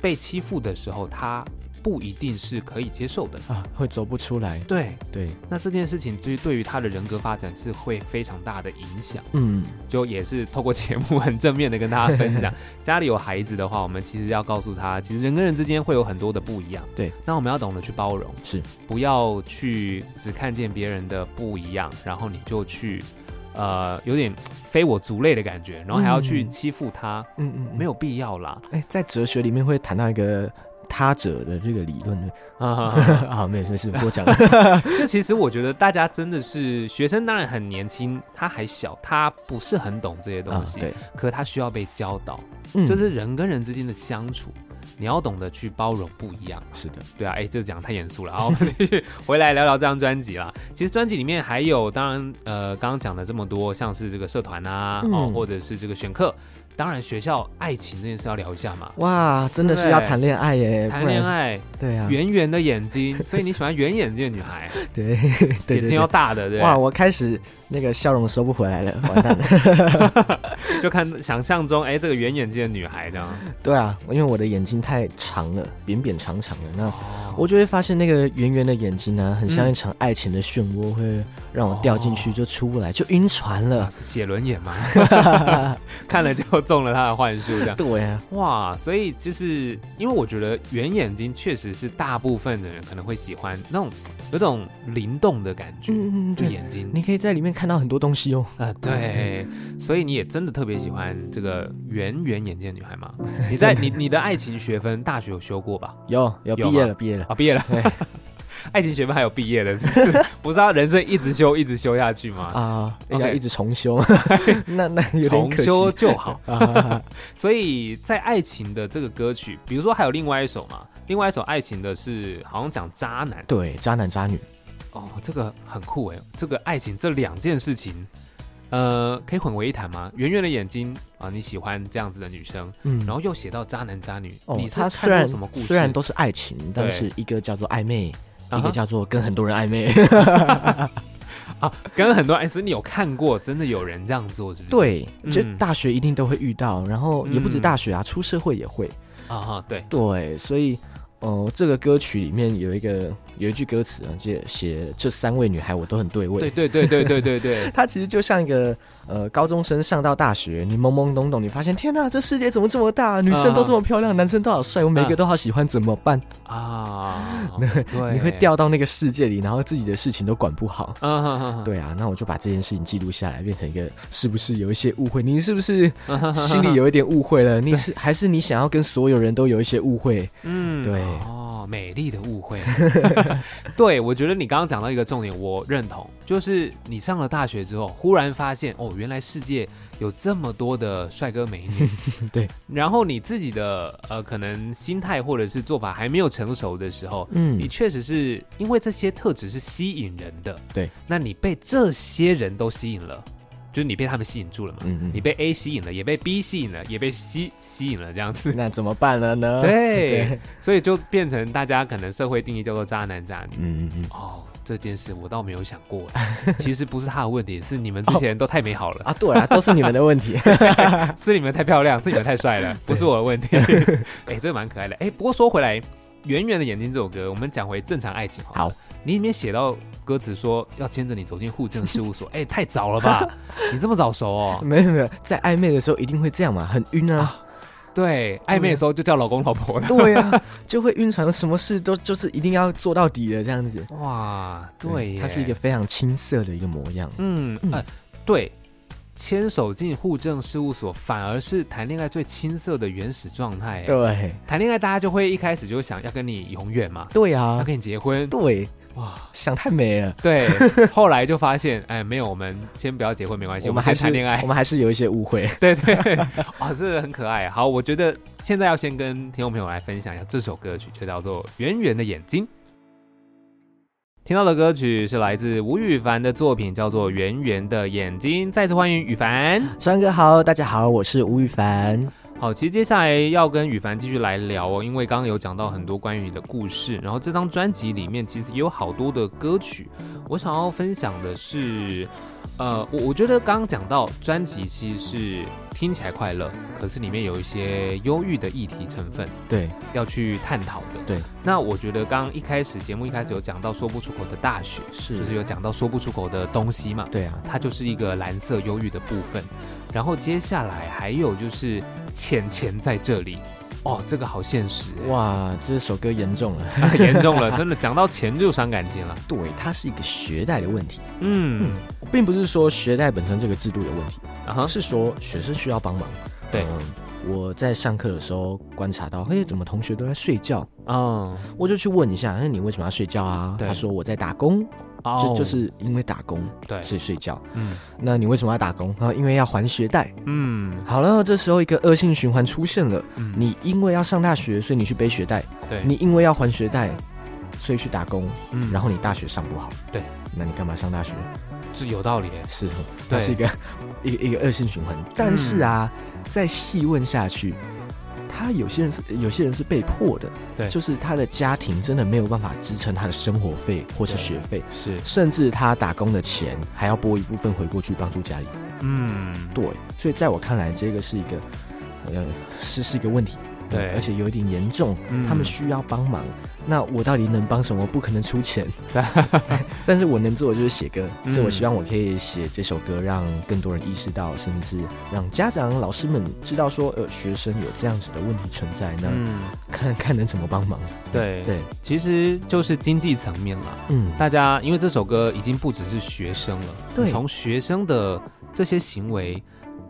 被欺负的时候，他不一定是可以接受的。
啊，会走不出来，
对，
对，
那这件事情就是对于他的人格发展是会非常大的影响。
嗯，
就也是透过节目很正面的跟大家分
*laughs*
享，家里有孩子的话，我们其实要告诉他，其实人跟人之间会有很多的不一样。
对，
那我们要懂得去包容，
是
不要去只看见别人的不一样，然后你就去，呃，有点非我族类的感觉，然后还要去
嗯
欺负他，
嗯嗯，嗯
没有，必要啦。
哎，在哲学里面会谈到一个他者的这个理论， *laughs* 啊，没有没事，我讲了，
*laughs* 就其实我觉得大家真的是学生，当然很年轻，他还小，他不是很懂这些东
啊，
西，
对，
可他需要被教导。
嗯
就是人跟人之间的相处，你要懂得去包容不一样。
是的，
对啊，哎，这讲太严肃了啊，我们继
*laughs*
续回来聊聊这张专辑啦。其实专辑里面还有，当然呃，刚刚讲的这么多，像是这个社团啊，哦，
嗯
或者是这个选课。当然学校爱情这件事要聊一下嘛，
哇，真的是要谈恋爱耶，
谈
不然
恋，爱，
对啊，
圆圆的眼睛，所以你喜欢圆眼睛的女孩，
对 *laughs* 对
眼
对
睛要
对，
大的，对，
哇，我开始那个笑容收不回来了，完蛋了，
就看想象中，哎，这个圆眼睛的女孩这样，
对啊，因为我的眼睛太长了，扁扁长长的，那我
我
就会发现那个圆圆的眼睛呢、很像
嗯
一场爱情的漩涡，会让我掉进去
哦
就出不来，就晕船了。
是写轮
*laughs*
眼吗？ *laughs* 看了就中了她的幻术，这样。
对啊，
哇，所以就是因为我觉得圆眼睛确实是大部分的人可能会喜欢那种有种灵动的感觉，
嗯嗯嗯
就
对
眼睛
你可以在里面看到很多东西哦。
啊、对，所以你也真的特别喜欢这个圆圆眼睛的女孩
*laughs*
吗？你在你你的爱情学分大学有修过吧？
有有
有
毕业
吗
了，毕业了。
啊，毕业了
对。
*laughs* 爱情学分还有毕业的，是不是 *laughs* 不是要人生一直修一直修下去吗？
啊，
OK
要一直
*laughs*
重修，那那有点
重
可惜。
修就好。
啊，
所以在爱情的这个歌曲，比如说还有另外一首嘛，另外一首爱情的是好像讲渣男。
对，渣男渣女，
哦，这个很酷哎，这个爱情这两件事情，呃，可以混为一谈吗？圆圆的眼睛啊，你喜欢这样子的女生，
嗯，
然后又写到渣男渣女，
哦
你，是
他
看
虽
过
然
什么故事？
虽然都是爱情，但
对
是一个叫做暧昧，
啊
一个
哈
叫做跟很多人暧昧。
跟很多哎爱，是你有看过，真的有人这样做，是不是？
对，就
嗯
大学一定都会遇到，然后也不止
嗯
大学啊，出社会也会。
啊哈，对，
对，所以呃，这个歌曲里面有一个有一句歌词啊，就写这三位女孩我都很对味。
对对对对对对对， *laughs*
它其实就像一个呃高中生上到大学，你懵懵懂懂，你发现天哪，这世界怎么这么大？女生都这么漂亮，男生都好帅，我每个都好喜欢，怎么办？
啊，对，
你会，掉 *laughs* 到那个世界里，然后自己的事情都管不好。
啊哈哈，
对啊，那我就把这件事情记录下来，变成一个是不是有一些误会？你是
*laughs*
不是
啊哈哈
心里，有一点误会了？你是还是你想要跟所有人都有一些误会？
嗯，
对
哦，美丽的误会， *laughs* 对我觉得你刚刚讲到一个重点，我认同，就是你上了大学之后，忽然发现哦，原来世界有这么多的帅哥美女，
*laughs* 对，
然后你自己的呃，可能心态或者是做法还没有成熟的时候，
嗯
你，确实是因为这些特质是吸引人的，
对，
那你被这些人都吸引了，就是你被他们吸引住了嘛，
嗯
你被 A 吸引了，也被 B 吸引了，也被 C 吸引了，这样
*laughs*
子。
那怎么办了呢？
*laughs* 对，所以就变成大家可能社会定义叫做渣男渣女。
嗯嗯嗯。
哦，这件事我倒没有想 *laughs* 过，其实不是他的问题，是你们之前都太美好了，
啊，对啊，都是你们的
*laughs*
问题。
是你们太漂 *laughs* 亮，是你们太帅了，不是我的问题。 *laughs* 哎、这个蛮可爱的。哎、不过说回来，《圆圆的眼睛》这首歌，我们讲回正常爱情好了。
好
你里面写到歌词说要牵着你走进户政事务 *laughs* 所，哎、太早了 *laughs* 吧？你这么早熟哦？
没有没有，在暧昧的时候一定会这样嘛，很晕啊。
*laughs* 对，暧昧的时候就叫老公老婆了。
对啊，就会晕船，什么事都就是一定要做到底的这样子。嗯
哇，对耶，
它是一个非常青涩的一个模样。
嗯，
嗯
呃，对，牵手进户政事务所反而是谈恋爱最青涩的原始状态。哎
对
谈恋爱大家就会一开始就想要跟你永远嘛，
对
要
啊，
跟你结婚。
对，
哇，
想太美了。
对，后来就发现，哎，没有，我们先不要结婚没关系，我们
还
先
是
谈恋爱
*laughs* 我。们还是有一些误会。
对对， *laughs* 哇，这个很可爱。好，我觉得现在要先跟听众朋友来分享一下这首歌曲，就叫做《圆圆的眼睛》。听到的歌曲是来自吴雨凡的作品，叫做《圆圆的眼睛》。再次欢迎雨凡。
山哥好，大家好，我是吴亦凡。
好，其实接下来要跟羽凡继续来聊哦，因为刚刚有讲到很多关于你的故事，然后这张专辑里面其实也有好多的歌曲，我想要分享的是，呃，我我觉得刚刚讲到专辑其实是听起来快乐，可是里面有一些忧郁的议题成分
对，
要去探讨的。
对，
那我觉得刚刚一开始节目一开始有讲到说不出口的大学，
是
就是有讲到说不出口的东西嘛，
对啊，
它就是一个蓝色忧郁的部分。然后接下来还有就是浅浅在这里，哦，这个好现实欸，
哇，这首歌严重了。
哇， *laughs* 严重了，真的讲到钱就伤感情了。
对，它是一个学贷的问题，
嗯，
并不是说学贷本身这个制度有问题，
啊哈，
是说学生需要帮忙。
对
嗯我在上课的时候观察到，嘿，怎么同学都在睡觉？
哦，
我就去问一下，那你为什么要睡觉啊？
对
他说我在打工，
哦
就就是因为打工
对，
所以睡觉。
嗯
那你为什么要打工？啊，因为要还学贷。
嗯
好了，这时候一个恶性循环出现了，
嗯，
你因为要上大学，所以你去背学贷；
对，
你因为要还学贷，所以去打工。
嗯
然后你大学上不好，
对，
那你干嘛上大学？
是有道理耶。
是，
对嗯
它是一个 *laughs* 一个一个恶性循环。但是啊，再细问下去，他有些人是有些人是被迫的，
对
就是他的家庭真的没有办法支撑他的生活费或是
对
学费，
是，
甚至他打工的钱还要拨一部分回过去帮助家里。
嗯，
对，所以在我看来，这个是一个呃是是一个问题。
对
而且有一点严重，
嗯
他们需要帮忙。那我到底能帮什么？不可能出钱，但是我能做的就是写歌，
嗯
所以我希望我可以写这首歌，让更多人意识到，甚至是让家长、老师们知道说，呃，学生有这样子的问题存在，那
*laughs* 嗯，
*laughs* 看看能怎么帮忙。
对
对，
其实就是经济层面啦。
嗯，
大家因为这首歌已经不只是学生了，
对
你从学生的这些行为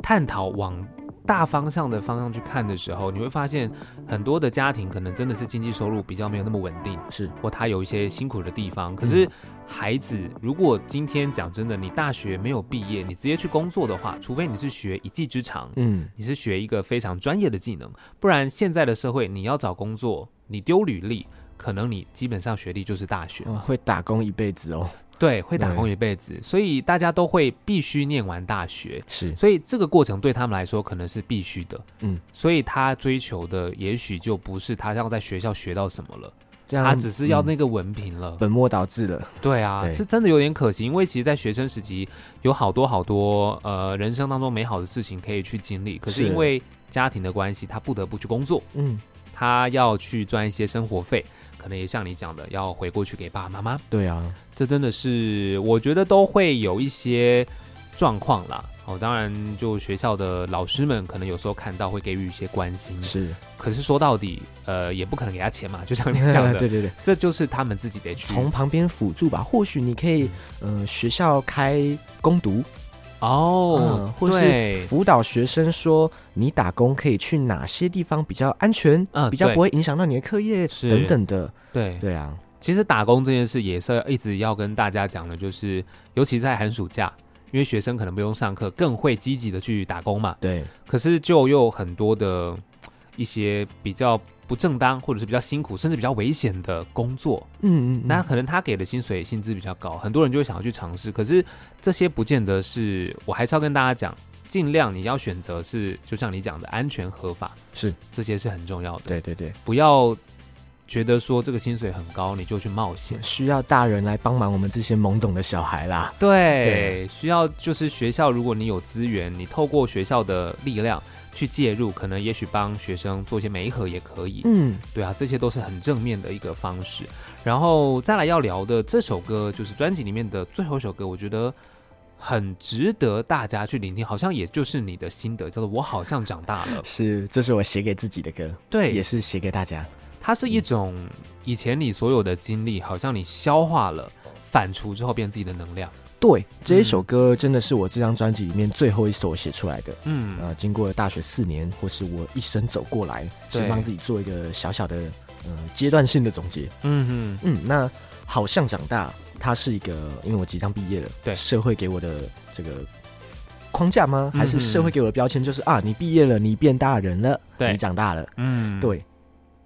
探讨往大方向的方向去看的时候，你会发现很多的家庭可能真的是经济收入比较没有那么稳定，
是
或他有一些辛苦的地方。可是
嗯
孩子，如果今天讲真的，你大学没有毕业，你直接去工作的话，除非你是学一技之长，
嗯，
你是学一个非常专业的技能，不然现在的社会你要找工作，你丢履历，可能你基本上学历就是大学
嗯
嘛，
会打工一辈子哦，
对，会打
对
工一辈子，所以大家都会必须念完大学，
是
所以这个过程对他们来说可能是必须的，
嗯，
所以他追求的也许就不是他要在学校学到什么了，
这样，
他只是要
嗯
那个文凭了，
本末倒置了。
对啊，
对
是真的有点可惜，因为其实，在学生时期有好多好多呃人生当中美好的事情可以去经历，可是
是
因为家庭的关系，他不得不去工作，
嗯，
他要去赚一些生活费，可能也像你讲的，要回过去给爸爸妈妈，
对啊，
这真的是我觉得都会有一些状况啦。哦，当然，就学校的老师们可能有时候看到会给予一些关心， *laughs*
是
可是说到底，呃，也不可能给他钱嘛，就像你讲的，
*laughs* 对对对。
这就是他们自己得去
从旁边辅助吧，或许你可以，呃，学校开攻读，
哦
嗯，或是
对
辅导学生说你打工可以去哪些地方比较安全，
嗯
比较
对
不会影响到你的课业
是
等等的。
对，
对啊，
其实打工这件事也是一直要跟大家讲的，就是尤其在寒暑假，因为学生可能不用上课，更会积极的去打工嘛。
对，
可是就又有很多的嘖一些比较不正当，或者是比较辛苦，甚至比较危险的工作，
嗯嗯，
那可能他给的薪水薪资比较高，很多人就会想要去尝试。可是这些不见得是，我还是要跟大家讲，尽量你要选择是，就像你讲的，安全合法
是
这些是很重要的。
对对对，
不要觉得说这个薪水很高你就去冒险。
需要大人来帮忙我们这些懵懂的小孩啦。
对，需要就是学校，如果你有资源，你透过学校的力量去介入，可能也许帮学生做一些媒合也可以。
嗯，
对啊，这些都是很正面的一个方式。然后再来要聊的这首歌，就是专辑里面的最后一首歌，我觉得。很值得大家去聆听，好像也就是你的心得，叫做“我好像长大
*laughs*
了
是，这是我写给自己的歌，”。
对，
也是写给大家。
它是一种以前你所有的经历，好像你消化了、反刍之后变自己的能量。
对，这一首歌真的是我这张专辑里面最后一首写出来的。
嗯，
呃，经过大学四年，或是我一生走过来，
对
是帮自己做一个小小的呃阶段性的总结。
嗯
嗯，那好像长大，它是一个，因为我即将毕业了，
对
社会给我的这个框架吗？还
嗯
是
哼
社会给我的标签就是、啊，你毕业了，你变大人了，
对
你长大了，
嗯，
对。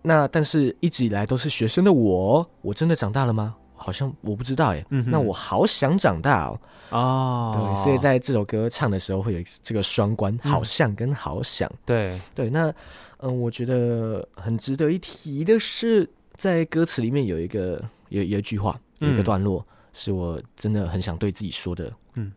那但是一直以来都是学生的我，我真的长大了吗？好像我不知道耶。
嗯哼
那我好想长大哦。
哦，
对，所以在这首歌唱的时候会有这个双关，
嗯
好像跟好想。
对
对，那嗯，我觉得很值得一提的是，在歌词里面有一个有有一句话，有一个
嗯
段落，是我真的很想对自己说的。
嗯，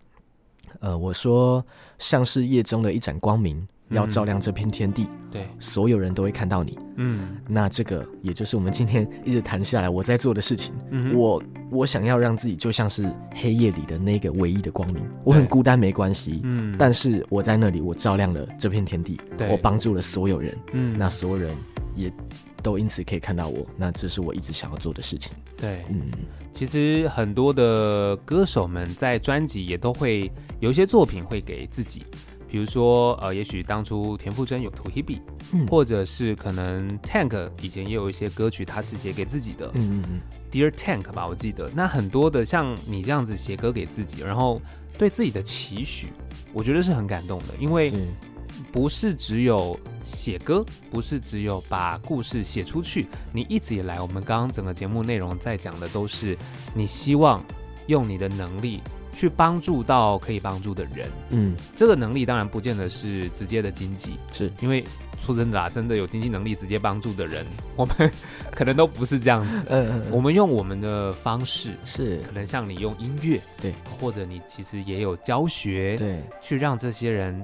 呃，我说像是夜中的一盏光明，要照亮这片天地，
对，
所有人都会看到你。
嗯
那这个也就是我们今天一直谈下来我在做的事情。
嗯哼，
我我想要让自己就像是黑夜里的那个唯一的光明，我很
对
孤单没关系，
嗯
但是我在那里，我照亮了这片天地，
对
我帮助了所有人，
嗯
那所有人也都因此可以看到我，那这是我一直想要做的事情。
对，
嗯，
其实很多的歌手们在专辑也都会有一些作品会给自己，比如说呃，也许当初田馥甄有《To Hebe》，
嗯
或者是可能 Tank 以前也有一些歌曲，他是写给自己的，
嗯嗯嗯，
Dear Tank 吧，我记得。那很多的像你这样子写歌给自己，然后对自己的期许，我觉得是很感动的，因为
是
不是只有写歌，不是只有把故事写出去，你一直以来我们刚刚整个节目内容在讲的都是你希望用你的能力去帮助到可以帮助的人。
嗯，
这个能力当然不见得是直接的经济，
是
因为说真的啦，真的有经济能力直接帮助的人，我们 *laughs* 可能都不是这样子。
嗯嗯
我们用我们的方式，
是
可能像你用音乐，
对，
或者你其实也有教学，
对
去让这些人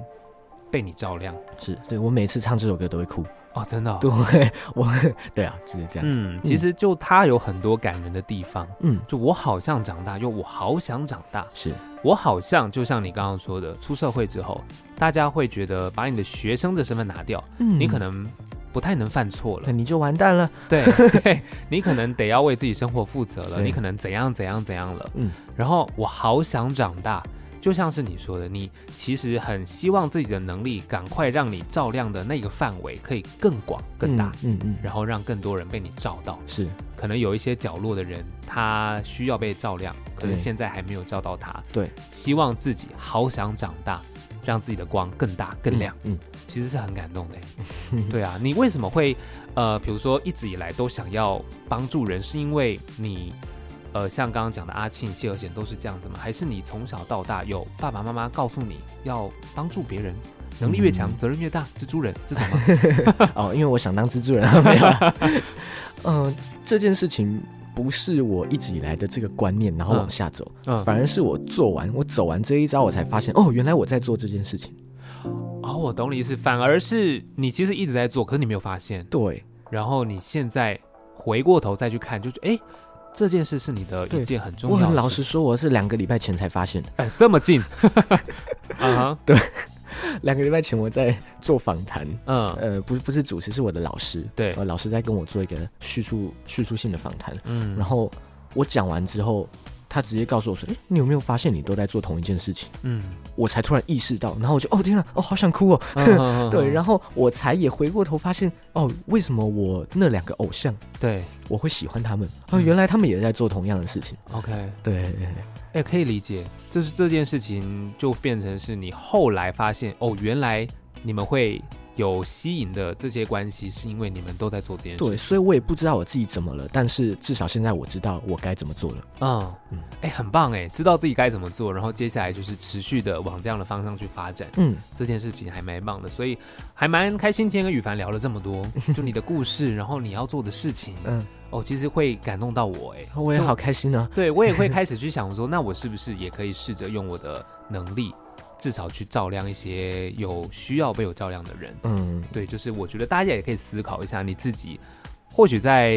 被你照亮。
是对我每次唱这首歌都会哭，
哦，真的、哦，
对，我 *laughs* 对啊，就是这样子。
嗯，其实就他有很多感人的地方。
嗯，
就我好像长大，又我好想长大，
是
我好像就像你刚刚说的，出社会之后，大家会觉得把你的学生的身份拿掉，
嗯
你可能不太能犯错
那
了。
你就完蛋了。
对
*laughs*
对，你可能得要为自己生活负责了，
对
你可能怎样怎样怎样了。
嗯，
然后我好想长大，就像是你说的，你其实很希望自己的能力赶快让你照亮的那个范围可以更广更大，
嗯嗯，嗯
然后让更多人被你照到。
是
可能有一些角落的人，他需要被照亮，可是
对
现在还没有照到他。
对，
希望自己好想长大，让自己的光更大更亮，。
嗯，
其实是很感动
*laughs*
的。对啊，你为什么会呃，比如说一直以来都想要帮助人，是因为你呃，像刚刚讲的阿庆、谢和弦都是这样子吗？还是你从小到大有爸爸妈妈告诉你要帮助别人？能力越强，
嗯
责任越大，蜘蛛人这种
*laughs*
吗？
哦，因为我想当蜘蛛人，啊没有啦。 *laughs* 嗯、这件事情不是我一直以来的这个观念，然后往下走，
嗯，
反而是我做完，我走完这一招，我才发现，哦，原来我在做这件事情。
哦，我懂你意思，反而是你其实一直在做，可是你没有发现，
对，
然后你现在回过头再去看，就觉得哎，诶这件事是你的一
对
件很重
我
要的事。
很老实说，我是两个礼拜前才发现的。 *laughs*
哎，这么近，啊哈，
两个礼拜前我在做访谈，
嗯
呃，不是不是主持，是我的老师。
对
呃，老师在跟我做一个叙述叙述性的访谈，
嗯，
然后我讲完之后，他直接告诉我说：“哎、你有没有发现你都在做同一件事情？”
嗯，
我才突然意识到，然后我就哦天啊，哦好想哭哦， *laughs*
嗯
*laughs* 对，然
后
后我才也回过头发现，哦，为什么我那两个偶像
对
我会喜欢他们？哦，
嗯
原来他们也在做同样的事情。
，OK，
对，
哎，可以理解，就是这件事情就变成是你后来发现哦，原来你们会有吸引的这些关系，是因为你们都在做这件事。
对，所以我也不知道我自己怎么了，但是至少现在我知道我该怎么做了。
嗯
嗯，
哎，很棒哎，知道自己该怎么做，然后接下来就是持续的往这样的方向去发展。
嗯，
这件事情还蛮棒的，所以还蛮开心。今天跟羽凡聊了这么多，就你的故事，然后你要做的事情，
嗯，
哦，其实会感动到我哎，
我也
就
好开心啊。
对我也会开始去想说，那我是不是也可以试着用我的能力，至少去照亮一些有需要被我照亮的人。
嗯，
对，就是我觉得大家也可以思考一下你自己。或许在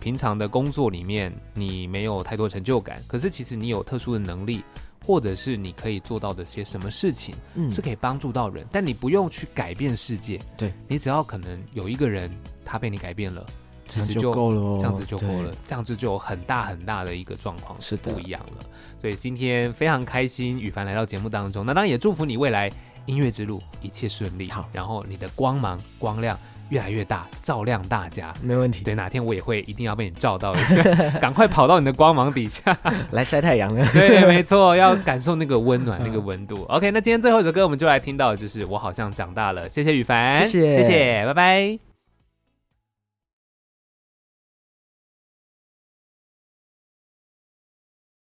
平常的工作里面，你没有太多成就感，可是其实你有特殊的能力，或者是你可以做到的些什么事情，
嗯
是可以帮助到人，但你不用去改变世界。
对
你只要可能有一个人他被你改变了，
这样
其实就
就够了哦，
这样子就够了
对。，
这样子就有很大很大的一个状况
是的
不一样了。所以今天非常开心，羽凡来到节目当中，那当然也祝福你未来音乐之路一切顺利，
好
然后你的光芒光亮越来越大，照亮大家。
没问题，
对，哪天我也会一定要被你照到一 *laughs* 下，赶快跑到你的光芒底下。
来晒太阳
*laughs*
了。
对，没错，要感受那个温 *laughs* 暖、那个温度。OK，那今天最后一首歌，我们就来听到，就是我好像长大了。谢谢羽凡，
谢
谢
谢
谢，拜拜。